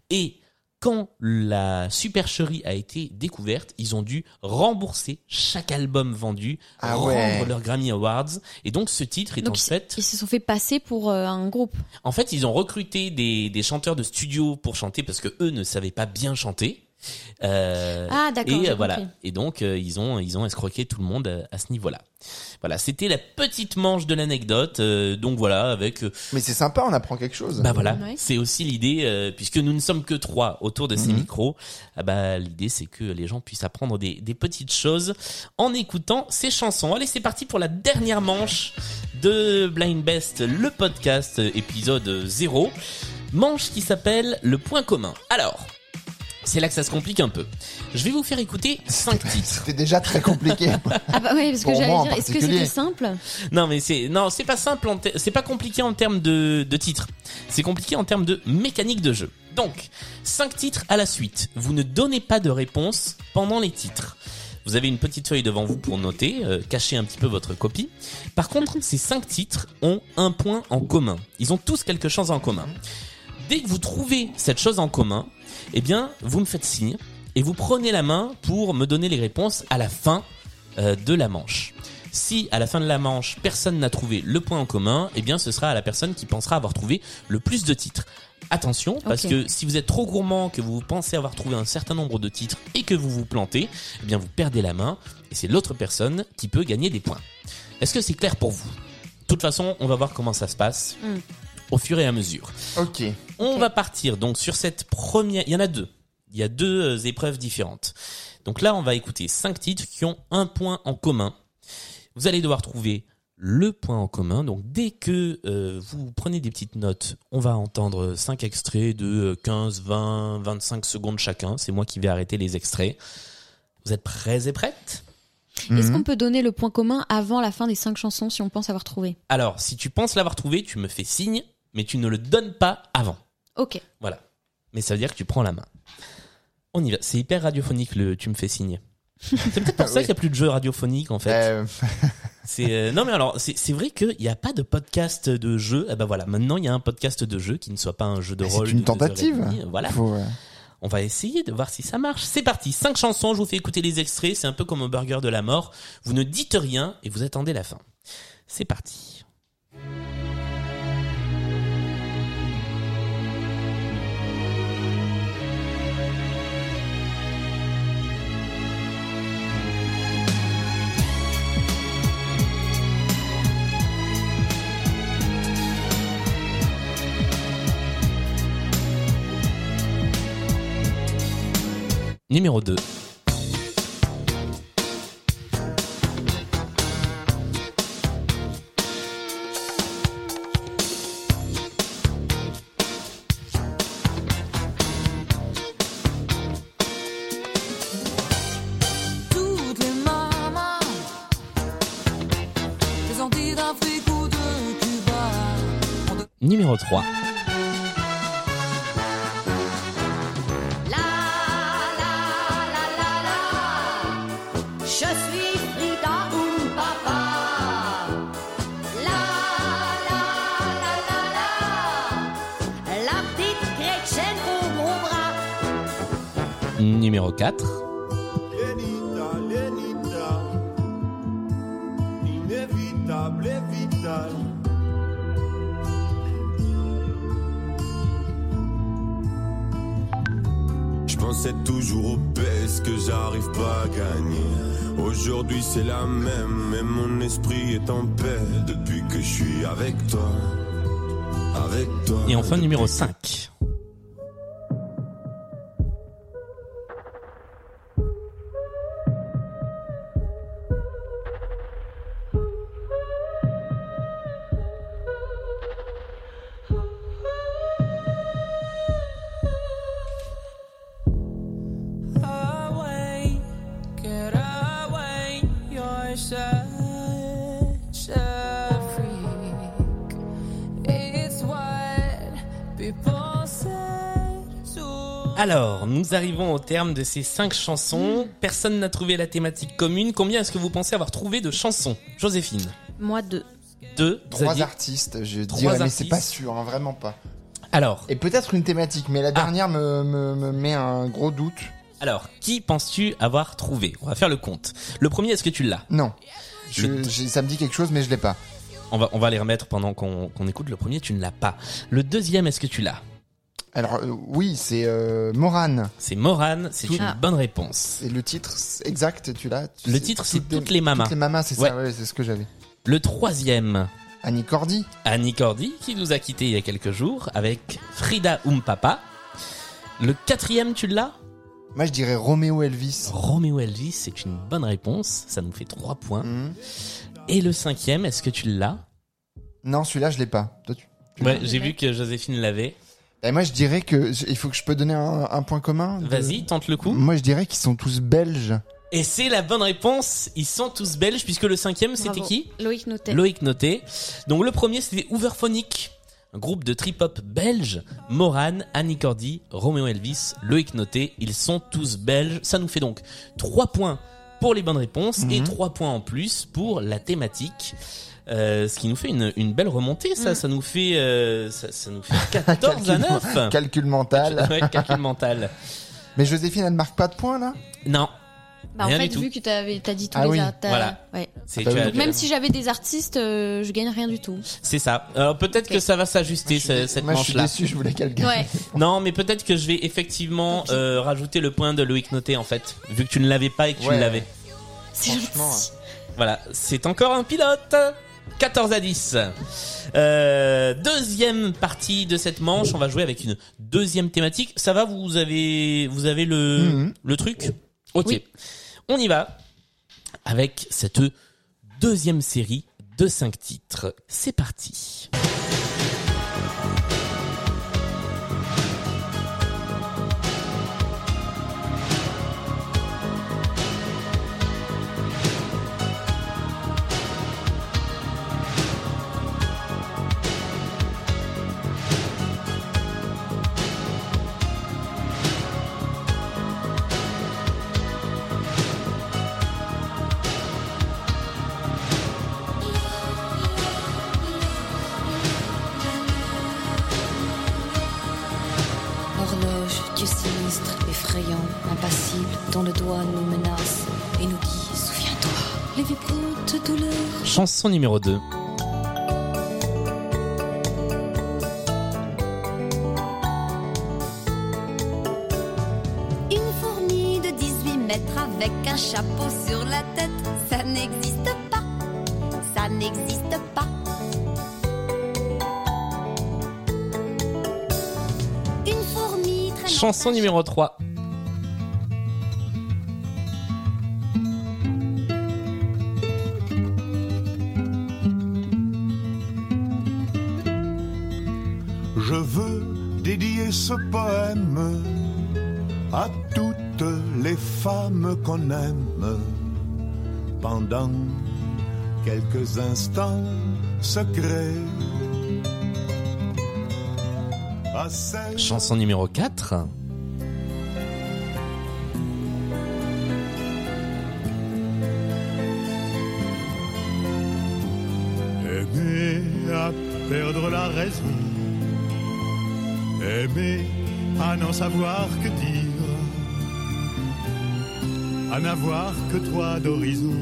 S2: Et quand la supercherie a été découverte, ils ont dû rembourser chaque album vendu,
S3: Ah
S2: rendre
S3: ouais.
S2: leurs Grammy Awards. Et donc, ce titre est
S9: Donc,
S2: en
S9: ils-
S2: fait
S9: Ils se sont fait passer pour euh, un groupe.
S2: en fait, ils ont recruté des, des chanteurs de studio pour chanter parce que eux ne savaient pas bien chanter. Euh,
S9: Ah, d'accord,
S2: Et
S9: j'ai
S2: euh, voilà.
S9: compris.
S2: Et donc euh, ils ont ils ont escroqué tout le monde euh, à ce niveau-là. Voilà, c'était la petite manche de l'anecdote. euh, donc voilà, avec euh,
S3: Mais c'est sympa, on apprend quelque chose.
S2: bah voilà,
S9: Ouais.
S2: c'est aussi l'idée euh, puisque nous ne sommes que trois autour de ces
S3: Mhm.
S2: micros. ah bah l'idée c'est que les gens puissent apprendre des, des petites choses en écoutant ces chansons. Allez, c'est parti pour la dernière manche de Blind Best, le podcast euh, épisode 0. Manche qui s'appelle le point commun. Alors, c'est là que ça se complique un peu. Je vais vous faire écouter cinq titres.
S3: C'était déjà très compliqué.
S9: Ah bah oui, parce que
S3: Pour moi
S9: j'allais
S3: en
S9: dire, est-ce que
S3: particulier.
S9: c'était simple
S2: Non mais c'est non, c'est pas simple en ter- c'est pas compliqué en termes de de titres. C'est compliqué en termes de mécanique de jeu. Donc, cinq titres à la suite. Vous ne donnez pas de réponse pendant les titres. Vous avez une petite feuille devant vous pour noter, euh, cachez un petit peu votre copie. Par contre, ces cinq titres ont un point en commun. Ils ont tous quelque chose en commun. Dès que vous trouvez cette chose en commun, eh bien, vous me faites signe et vous prenez la main pour me donner les réponses à la fin euh, de la manche. Si à la fin de la manche, personne n'a trouvé le point en commun, eh bien, ce sera à la personne qui pensera avoir trouvé le plus de titres. Attention, parce
S9: Ok.
S2: que si vous êtes trop gourmand, que vous pensez avoir trouvé un certain nombre de titres et que vous vous plantez, eh bien, vous perdez la main et c'est l'autre personne qui peut gagner des points. Est-ce que c'est clair pour vous De toute façon, on va voir comment ça se passe
S9: Hmm.
S2: au fur et à mesure.
S3: ok.
S2: On
S9: Ok.
S2: va partir donc sur cette première. Il y en a deux. Il y a deux euh, épreuves différentes. Donc là, on va écouter cinq titres qui ont un point en commun. Vous allez devoir trouver le point en commun. Donc dès que euh, vous prenez des petites notes, on va entendre cinq extraits de euh, 15, 20, 25 secondes chacun. C'est moi qui vais arrêter les extraits. Vous êtes prêts et prêtes
S9: Est-ce qu'on
S3: Mhm.
S9: peut donner le point commun avant la fin des cinq chansons si on pense avoir trouvé
S2: Alors, si tu penses l'avoir trouvé, tu me fais signe, mais tu ne le donnes pas avant.
S9: Ok.
S2: Voilà. Mais ça veut dire que tu prends la main. On y va. C'est hyper radiophonique le tu me fais signer. C'est peut-être pour ça
S3: Oui.
S2: qu'il n'y a plus de jeux radiophoniques en fait.
S3: Euh,
S2: C'est euh, non mais alors c'est c'est vrai qu'il n'y a pas de podcast de jeu. Eh ben voilà, maintenant il y a un podcast de jeu qui ne soit pas un jeu de
S3: Mais Bah, c'est
S2: rôle.
S3: une
S2: de deux heures et
S3: tentative.
S2: demie. Voilà.
S3: faut, euh,
S2: On va essayer de voir si ça marche. C'est parti. Cinq chansons. Je vous fais écouter les extraits. C'est un peu comme au burger de la mort. Vous ne dites rien et vous attendez la fin. C'est parti. Numéro 2.
S6: Toutes les mamans Les Antilles d'Afrique ou de Cuba
S2: Numéro 3.
S10: Je suis Frida ou papa. La la la la la. La petite Gretchen au gros bras.
S2: Numéro 4.
S12: Lenita, Lenita, inévitable et vital.
S5: Je pensais toujours aux baisses que j'arrive pas à gagner. Aujourd'hui c'est la même, mais mon esprit est en paix depuis que je suis avec toi. Avec toi.
S2: Et enfin numéro 5.
S6: Puis penser sur
S2: Alors, nous arrivons au terme de ces cinq chansons. Personne n'a trouvé la thématique commune. Combien est-ce que vous pensez avoir trouvé de chansons Joséphine
S9: Moi, deux.
S2: Deux.
S3: Trois
S2: Xavier
S3: artistes, je
S2: Trois
S3: dirais, mais
S2: artistes.
S3: c'est pas sûr, hein, vraiment pas.
S2: Alors.
S3: Et peut-être une thématique, mais
S2: Ah.
S3: la dernière me, me, me met un gros doute.
S2: Alors, qui penses-tu avoir trouvé On va faire le compte. Le premier, est-ce que tu l'as
S3: Non. Je- j'ai- ça me dit quelque chose, mais je l'ai pas.
S2: On va, on va les remettre pendant qu'on qu'on écoute. Le premier, tu ne l'as pas. Le deuxième, est-ce que tu l'as
S3: Alors, euh, oui, c'est euh, Morane.
S2: C'est Morane, c'est une bonne réponse.
S3: Et le titre c'est- exact, tu l'as tu-
S2: Le titre, c'est Toutes les Mamas.
S3: Toutes les mamas, c'est
S2: Ouais.
S3: ça, ouais, c'est ce que j'avais.
S2: Le troisième,
S3: Annie Cordy.
S2: Annie Cordy, qui nous a quittés il y a quelques jours avec Frida Umpapa. Le quatrième, tu l'as
S3: Moi, je dirais Roméo Elvis.
S2: Roméo Elvis, c'est une bonne réponse. Ça nous fait trois points.
S3: Mm. Hmm.
S2: Et le cinquième, est-ce que tu l'as
S3: Non, celui-là, je l'ai pas. Toi, tu- tu
S2: Ouais,
S3: l'as
S2: j'ai vu que Joséphine l'avait.
S3: Et moi, je dirais que j- il faut que je peux donner un, un point commun. de-
S2: Vas-y, tente le coup.
S3: Moi, je dirais qu'ils sont tous belges.
S2: Et c'est la bonne réponse. Ils sont tous belges puisque le cinquième, c'était
S4: Bravo.
S2: qui
S4: Loïc Notet.
S2: Loïc Noté. Donc le premier, c'était Ouverphonique, un groupe de trip-hop belge. Morane, Annie Cordy, Roméo Elvis, Loïc Noté. Ils sont tous belges. Ça nous fait donc 3 points pour les bonnes réponses
S3: Mhm.
S2: et 3 points en plus pour la thématique. Euh, ce qui nous fait une, une belle remontée, ça. Ça nous fait, euh, ça, ça nous fait 14 à 9.
S3: Calcul mental.
S2: Ouais, calcul mental.
S3: Mais Joséphine, elle ne marque pas de point là
S2: Non.
S9: Bah, en
S2: Rien
S9: fait,
S2: du tout.
S9: vu que t'avais- t'as dit tous
S3: Ah
S9: les
S3: oui.
S9: artistes.
S2: Voilà.
S3: Ah,
S2: C'est- tu as-
S9: Donc, même si j'avais des artistes, euh, je gagne rien du tout.
S2: C'est ça. Alors peut-être que ça va s'ajuster ce- cette
S3: Moi, je suis
S2: manche-là.
S3: déçu, je voulais qu'elle gagne.
S9: Ouais.
S2: Non, mais peut-être que je vais effectivement euh, rajouter le point de Loïc Noté en fait, vu que tu ne l'avais pas et que tu
S3: Ouais.
S2: l'avais.
S3: Franchement.
S2: Voilà, c'est encore un pilote. 14 à 10. Euh, deuxième partie de cette manche, on va jouer avec une deuxième thématique. Ça va, vous avez, vous avez le,
S3: Mhm.
S2: le truc Ok. On y va avec cette deuxième série de 5 titres. C'est parti.
S13: Horloge, dieu sinistre, effrayant, impassible, dont le doigt nous menace et nous dit Souviens-toi, les vibrantes douleurs.
S2: Chanson numéro 2.
S10: Une fourmi de 18 mètres avec un chapeau sur la tête, ça n'existe pas, ça n'existe pas. Une fourmi traînant
S2: Chanson numéro 3.
S12: Je veux dédier ce poème à toutes les femmes qu'on aime. Pendant quelques instants secrets. À celles
S2: Chanson numéro 4.
S12: Aimer à perdre la raison. Aimer à n'en savoir que dire. À n'avoir que toi d'horizon.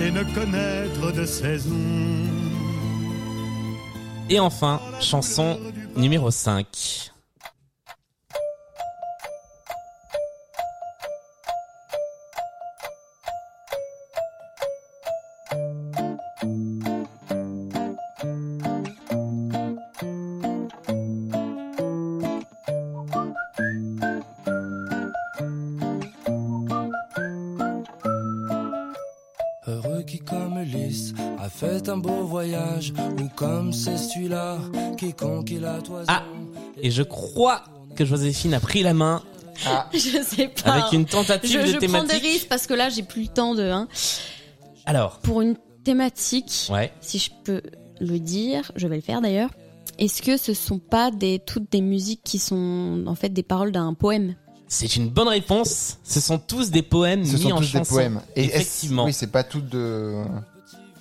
S12: Et ne connaître de saison.
S2: Et enfin, chanson numéro 5.
S7: Heureux qui comme Ulysse a fait un beau voyage Ou comme c'est celui-là quiconque il a toison
S2: Ah, et je crois que Joséphine a pris la main.
S9: je sais pas.
S2: Avec une tentative
S9: Ah, je,
S2: de
S9: je prends des
S2: thématique.
S9: risques parce que là, j'ai plus le temps de. hein.
S2: Alors,
S9: Pour une thématique,
S2: ouais.
S9: si je peux le dire, je vais le faire d'ailleurs.
S4: Est-ce que ce sont pas des, toutes des musiques qui sont en fait des paroles d'un poème
S2: C'est une bonne réponse. Ce sont tous des poèmes
S3: Ce
S2: mis
S3: sont
S2: en
S3: tous
S2: chanson.
S3: des poèmes. Et est-ce-
S2: Effectivement.
S3: Oui, c'est pas tout de.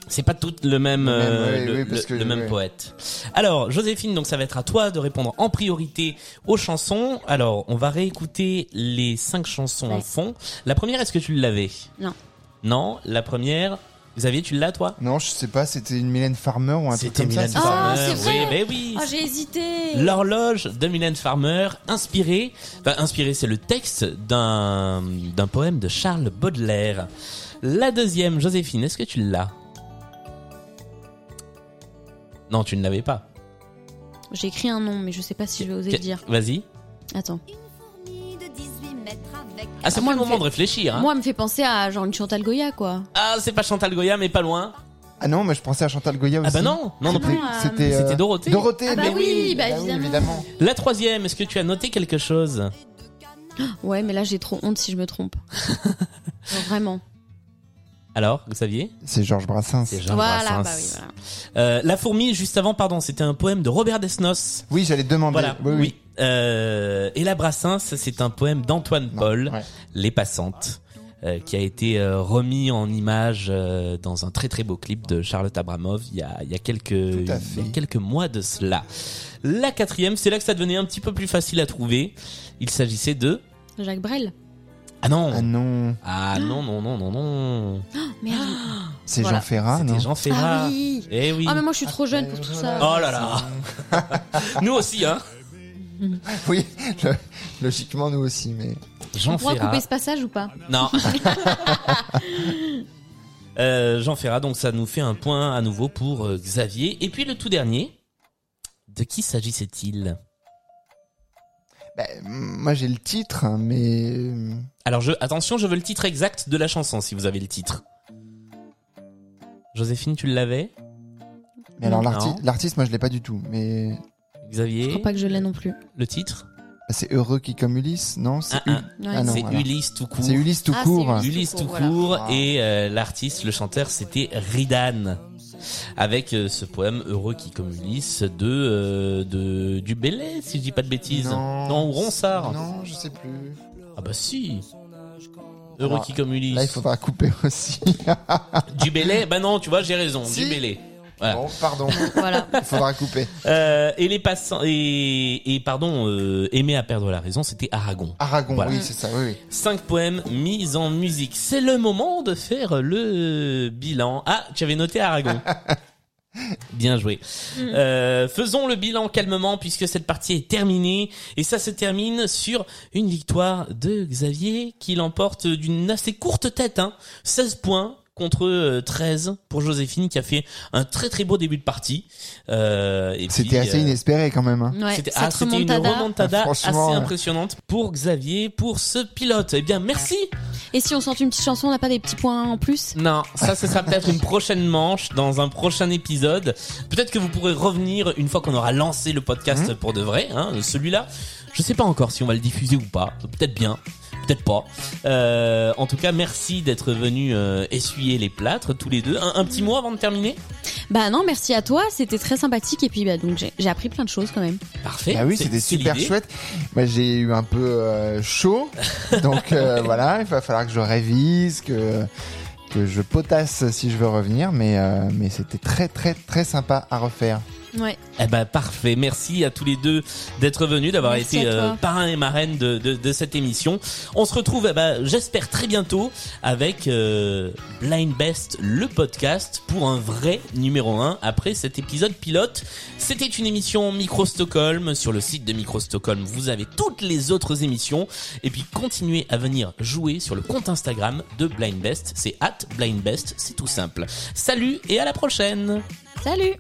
S2: C'est pas toutes le même,
S3: Le même,
S2: euh,
S3: oui,
S2: le,
S3: oui, parce
S2: le-
S3: que-
S2: le même
S3: oui.
S2: poète. Alors, Joséphine, donc ça va être à toi de répondre en priorité aux chansons. Alors, on va réécouter les cinq chansons en
S4: Ouais.
S2: fond. La première, est-ce que tu l'avais
S4: Non.
S2: Non, la première, Xavier, tu l'as toi
S3: Non, je sais pas, c'était une Mylène Farmer ou un truc
S2: C'était
S3: comme ça.
S2: Mylène Farmer. Ah, c'est vrai. Oui, ben oui.
S4: Ah, j'ai hésité.
S2: L'horloge de Mylène Farmer, inspirée, enfin inspirée, c'est le texte d'un d'un poème de Charles Baudelaire. La deuxième, Joséphine, est-ce que tu l'as Non, tu ne l'avais pas.
S9: J'ai écrit un nom, mais je sais pas si je vais oser le
S2: Que-
S9: dire.
S2: Vas-y.
S9: Attends.
S2: Ah, c'est pas le moment de réfléchir. hein.
S9: Moi, elle me fait penser à genre une Chantal Goya, quoi.
S2: Ah, c'est pas Chantal Goya, mais pas loin.
S3: Ah non, mais je pensais à Chantal Goya aussi.
S2: Ah bah non, non, non plus.
S3: C'était
S2: C'était
S3: euh,
S2: Dorothée.
S3: Dorothée,
S9: Ah bah
S3: mais
S9: oui, bah
S3: oui,
S9: évidemment.
S3: évidemment.
S2: La troisième, est-ce que tu as noté quelque chose
S9: Ouais, mais là, j'ai trop honte si je me trompe. Genre, vraiment.
S2: Alors, Xavier
S3: C'est Georges Brassens.
S2: C'est Jean
S9: Voilà,
S2: Brassens.
S9: bah oui, voilà.
S2: Euh, La fourmi, juste avant, pardon, c'était un poème de Robert Desnos.
S3: Oui, j'allais te demander.
S2: Voilà,
S3: Oui, oui.
S2: Euh, et la Brassens, c'est un poème d'Antoine Paul, Les Passantes, euh, qui a été euh, remis en image euh, dans un très très beau clip de Charlotte Abramov il y a, il y a quelques, il y a quelques mois de cela. La quatrième, c'est là que ça devenait un petit peu plus facile à trouver. Il s'agissait de...
S9: Jacques Brel.
S2: Ah non
S3: Ah non.
S2: Ah non, non, non, non, non
S9: Merde.
S3: C'est
S2: Voilà.
S3: Jean Ferrat, non
S2: C'était Jean Ferrat.
S9: Ah oui.
S2: Eh oui.
S9: Ah, mais moi, je suis trop jeune pour tout ça.
S2: Oh là là Nous aussi, hein
S3: Oui, le- logiquement, nous aussi, mais.
S2: Jean
S9: On pourra
S2: Ferrat.
S9: couper ce passage ou pas
S2: Non. Euh, Jean Ferrat, donc ça nous fait un point à nouveau pour euh, Xavier. Et puis le tout dernier, de qui s'agissait-il
S3: Bah, m- moi, j'ai le titre, hein, mais.
S2: Alors je, attention, je veux le titre exact de la chanson si vous avez le titre. Joséphine, tu l'avais
S3: Mais alors,
S2: Non.
S3: l'arti- l'artiste, moi, je l'ai pas du tout, mais.
S9: Je
S2: Xavier,
S9: crois pas que je l'ai non plus.
S2: le titre
S3: Bah, C'est heureux qui comme Ulysse, non C'est
S2: Ah,
S3: U-
S9: ah.
S3: Ah non,
S2: C'est
S3: voilà.
S2: Ulysse tout court.
S3: C'est Ulysse tout
S9: Ah, c'est
S3: court.
S2: Ulysse tout
S9: voilà.
S2: court
S3: Wow.
S2: et euh, l'artiste, le chanteur, c'était Ridan avec euh, ce poème heureux qui comme Ulysse de euh, de du Bellay si je dis pas de bêtises
S3: Non.
S2: ou Ronsard
S3: Non, je sais plus.
S2: ah bah si heureux
S3: Alors,
S2: qui comme Ulysse
S3: Là, il faudra couper aussi.
S2: du Bellay bah non tu vois j'ai raison
S3: Si.
S2: du Bellay Voilà.
S3: Bon, pardon.
S9: Voilà.
S3: Il faudra couper.
S2: Euh, et les passants et, et pardon euh, aimer à perdre la raison c'était Aragon
S3: Aragon,
S2: Voilà.
S3: oui, c'est ça, oui, oui.
S2: Cinq poèmes mis en musique. C'est le moment de faire le bilan. Ah, tu avais noté Aragon. Bien joué.
S3: Mm.
S2: Euh, faisons le bilan calmement puisque cette partie est terminée et ça se termine sur une victoire de Xavier qui l'emporte d'une assez courte tête, hein. 16 points contre euh, 13 pour Joséphine qui a fait un très très beau début de partie. Euh, et
S3: C'était
S2: puis,
S3: assez
S2: euh,
S3: inespéré quand même. hein.
S9: Ouais,
S2: c'était
S9: cette
S2: ah, c'était une
S9: remontada.
S2: remontada assez
S3: Ah, Franchement, ouais.
S2: impressionnante pour Xavier, pour ce pilote. Eh bien, merci.
S9: Et si on sort une petite chanson, on n'a pas des petits points en plus
S2: Non, ça, ce sera peut-être une prochaine manche dans un prochain épisode. Peut-être que vous pourrez revenir une fois qu'on aura lancé le podcast
S3: Mmh.
S2: pour de vrai. Hein, Celui-là, je sais pas encore si on va le diffuser ou pas. Peut-être bien. Peut-être pas. Euh, en tout cas, merci d'être venu euh, essuyer les plâtres tous les deux. Un, un petit mot avant de terminer
S9: Bah non, merci à toi, c'était très sympathique et puis bah donc j'ai j'ai appris plein de choses quand même.
S2: Parfait.
S3: Bah oui,
S2: C'est-
S3: c'était
S2: c'est
S3: super
S2: l'idée.
S3: chouette. Moi, j'ai eu un peu euh, chaud, donc euh, voilà, il va falloir que je révise, que que je potasse si je veux revenir, mais euh, mais c'était très très très sympa à refaire.
S9: Ouais.
S2: Eh ben parfait, merci à tous les deux d'être venus, d'avoir
S9: Merci
S2: été
S9: à toi.
S2: euh, parrain et marraine de, de, de cette émission. On se retrouve, eh ben, j'espère très bientôt avec euh, Blind Best, le podcast pour un vrai numéro 1 après cet épisode pilote. C'était une émission Micro Stockholm sur le site de Micro Stockholm. Vous avez toutes les autres émissions et puis continuez à venir jouer sur le compte Instagram de Blind Best. C'est at Blind Best, c'est tout simple. Salut et à la prochaine.
S9: Salut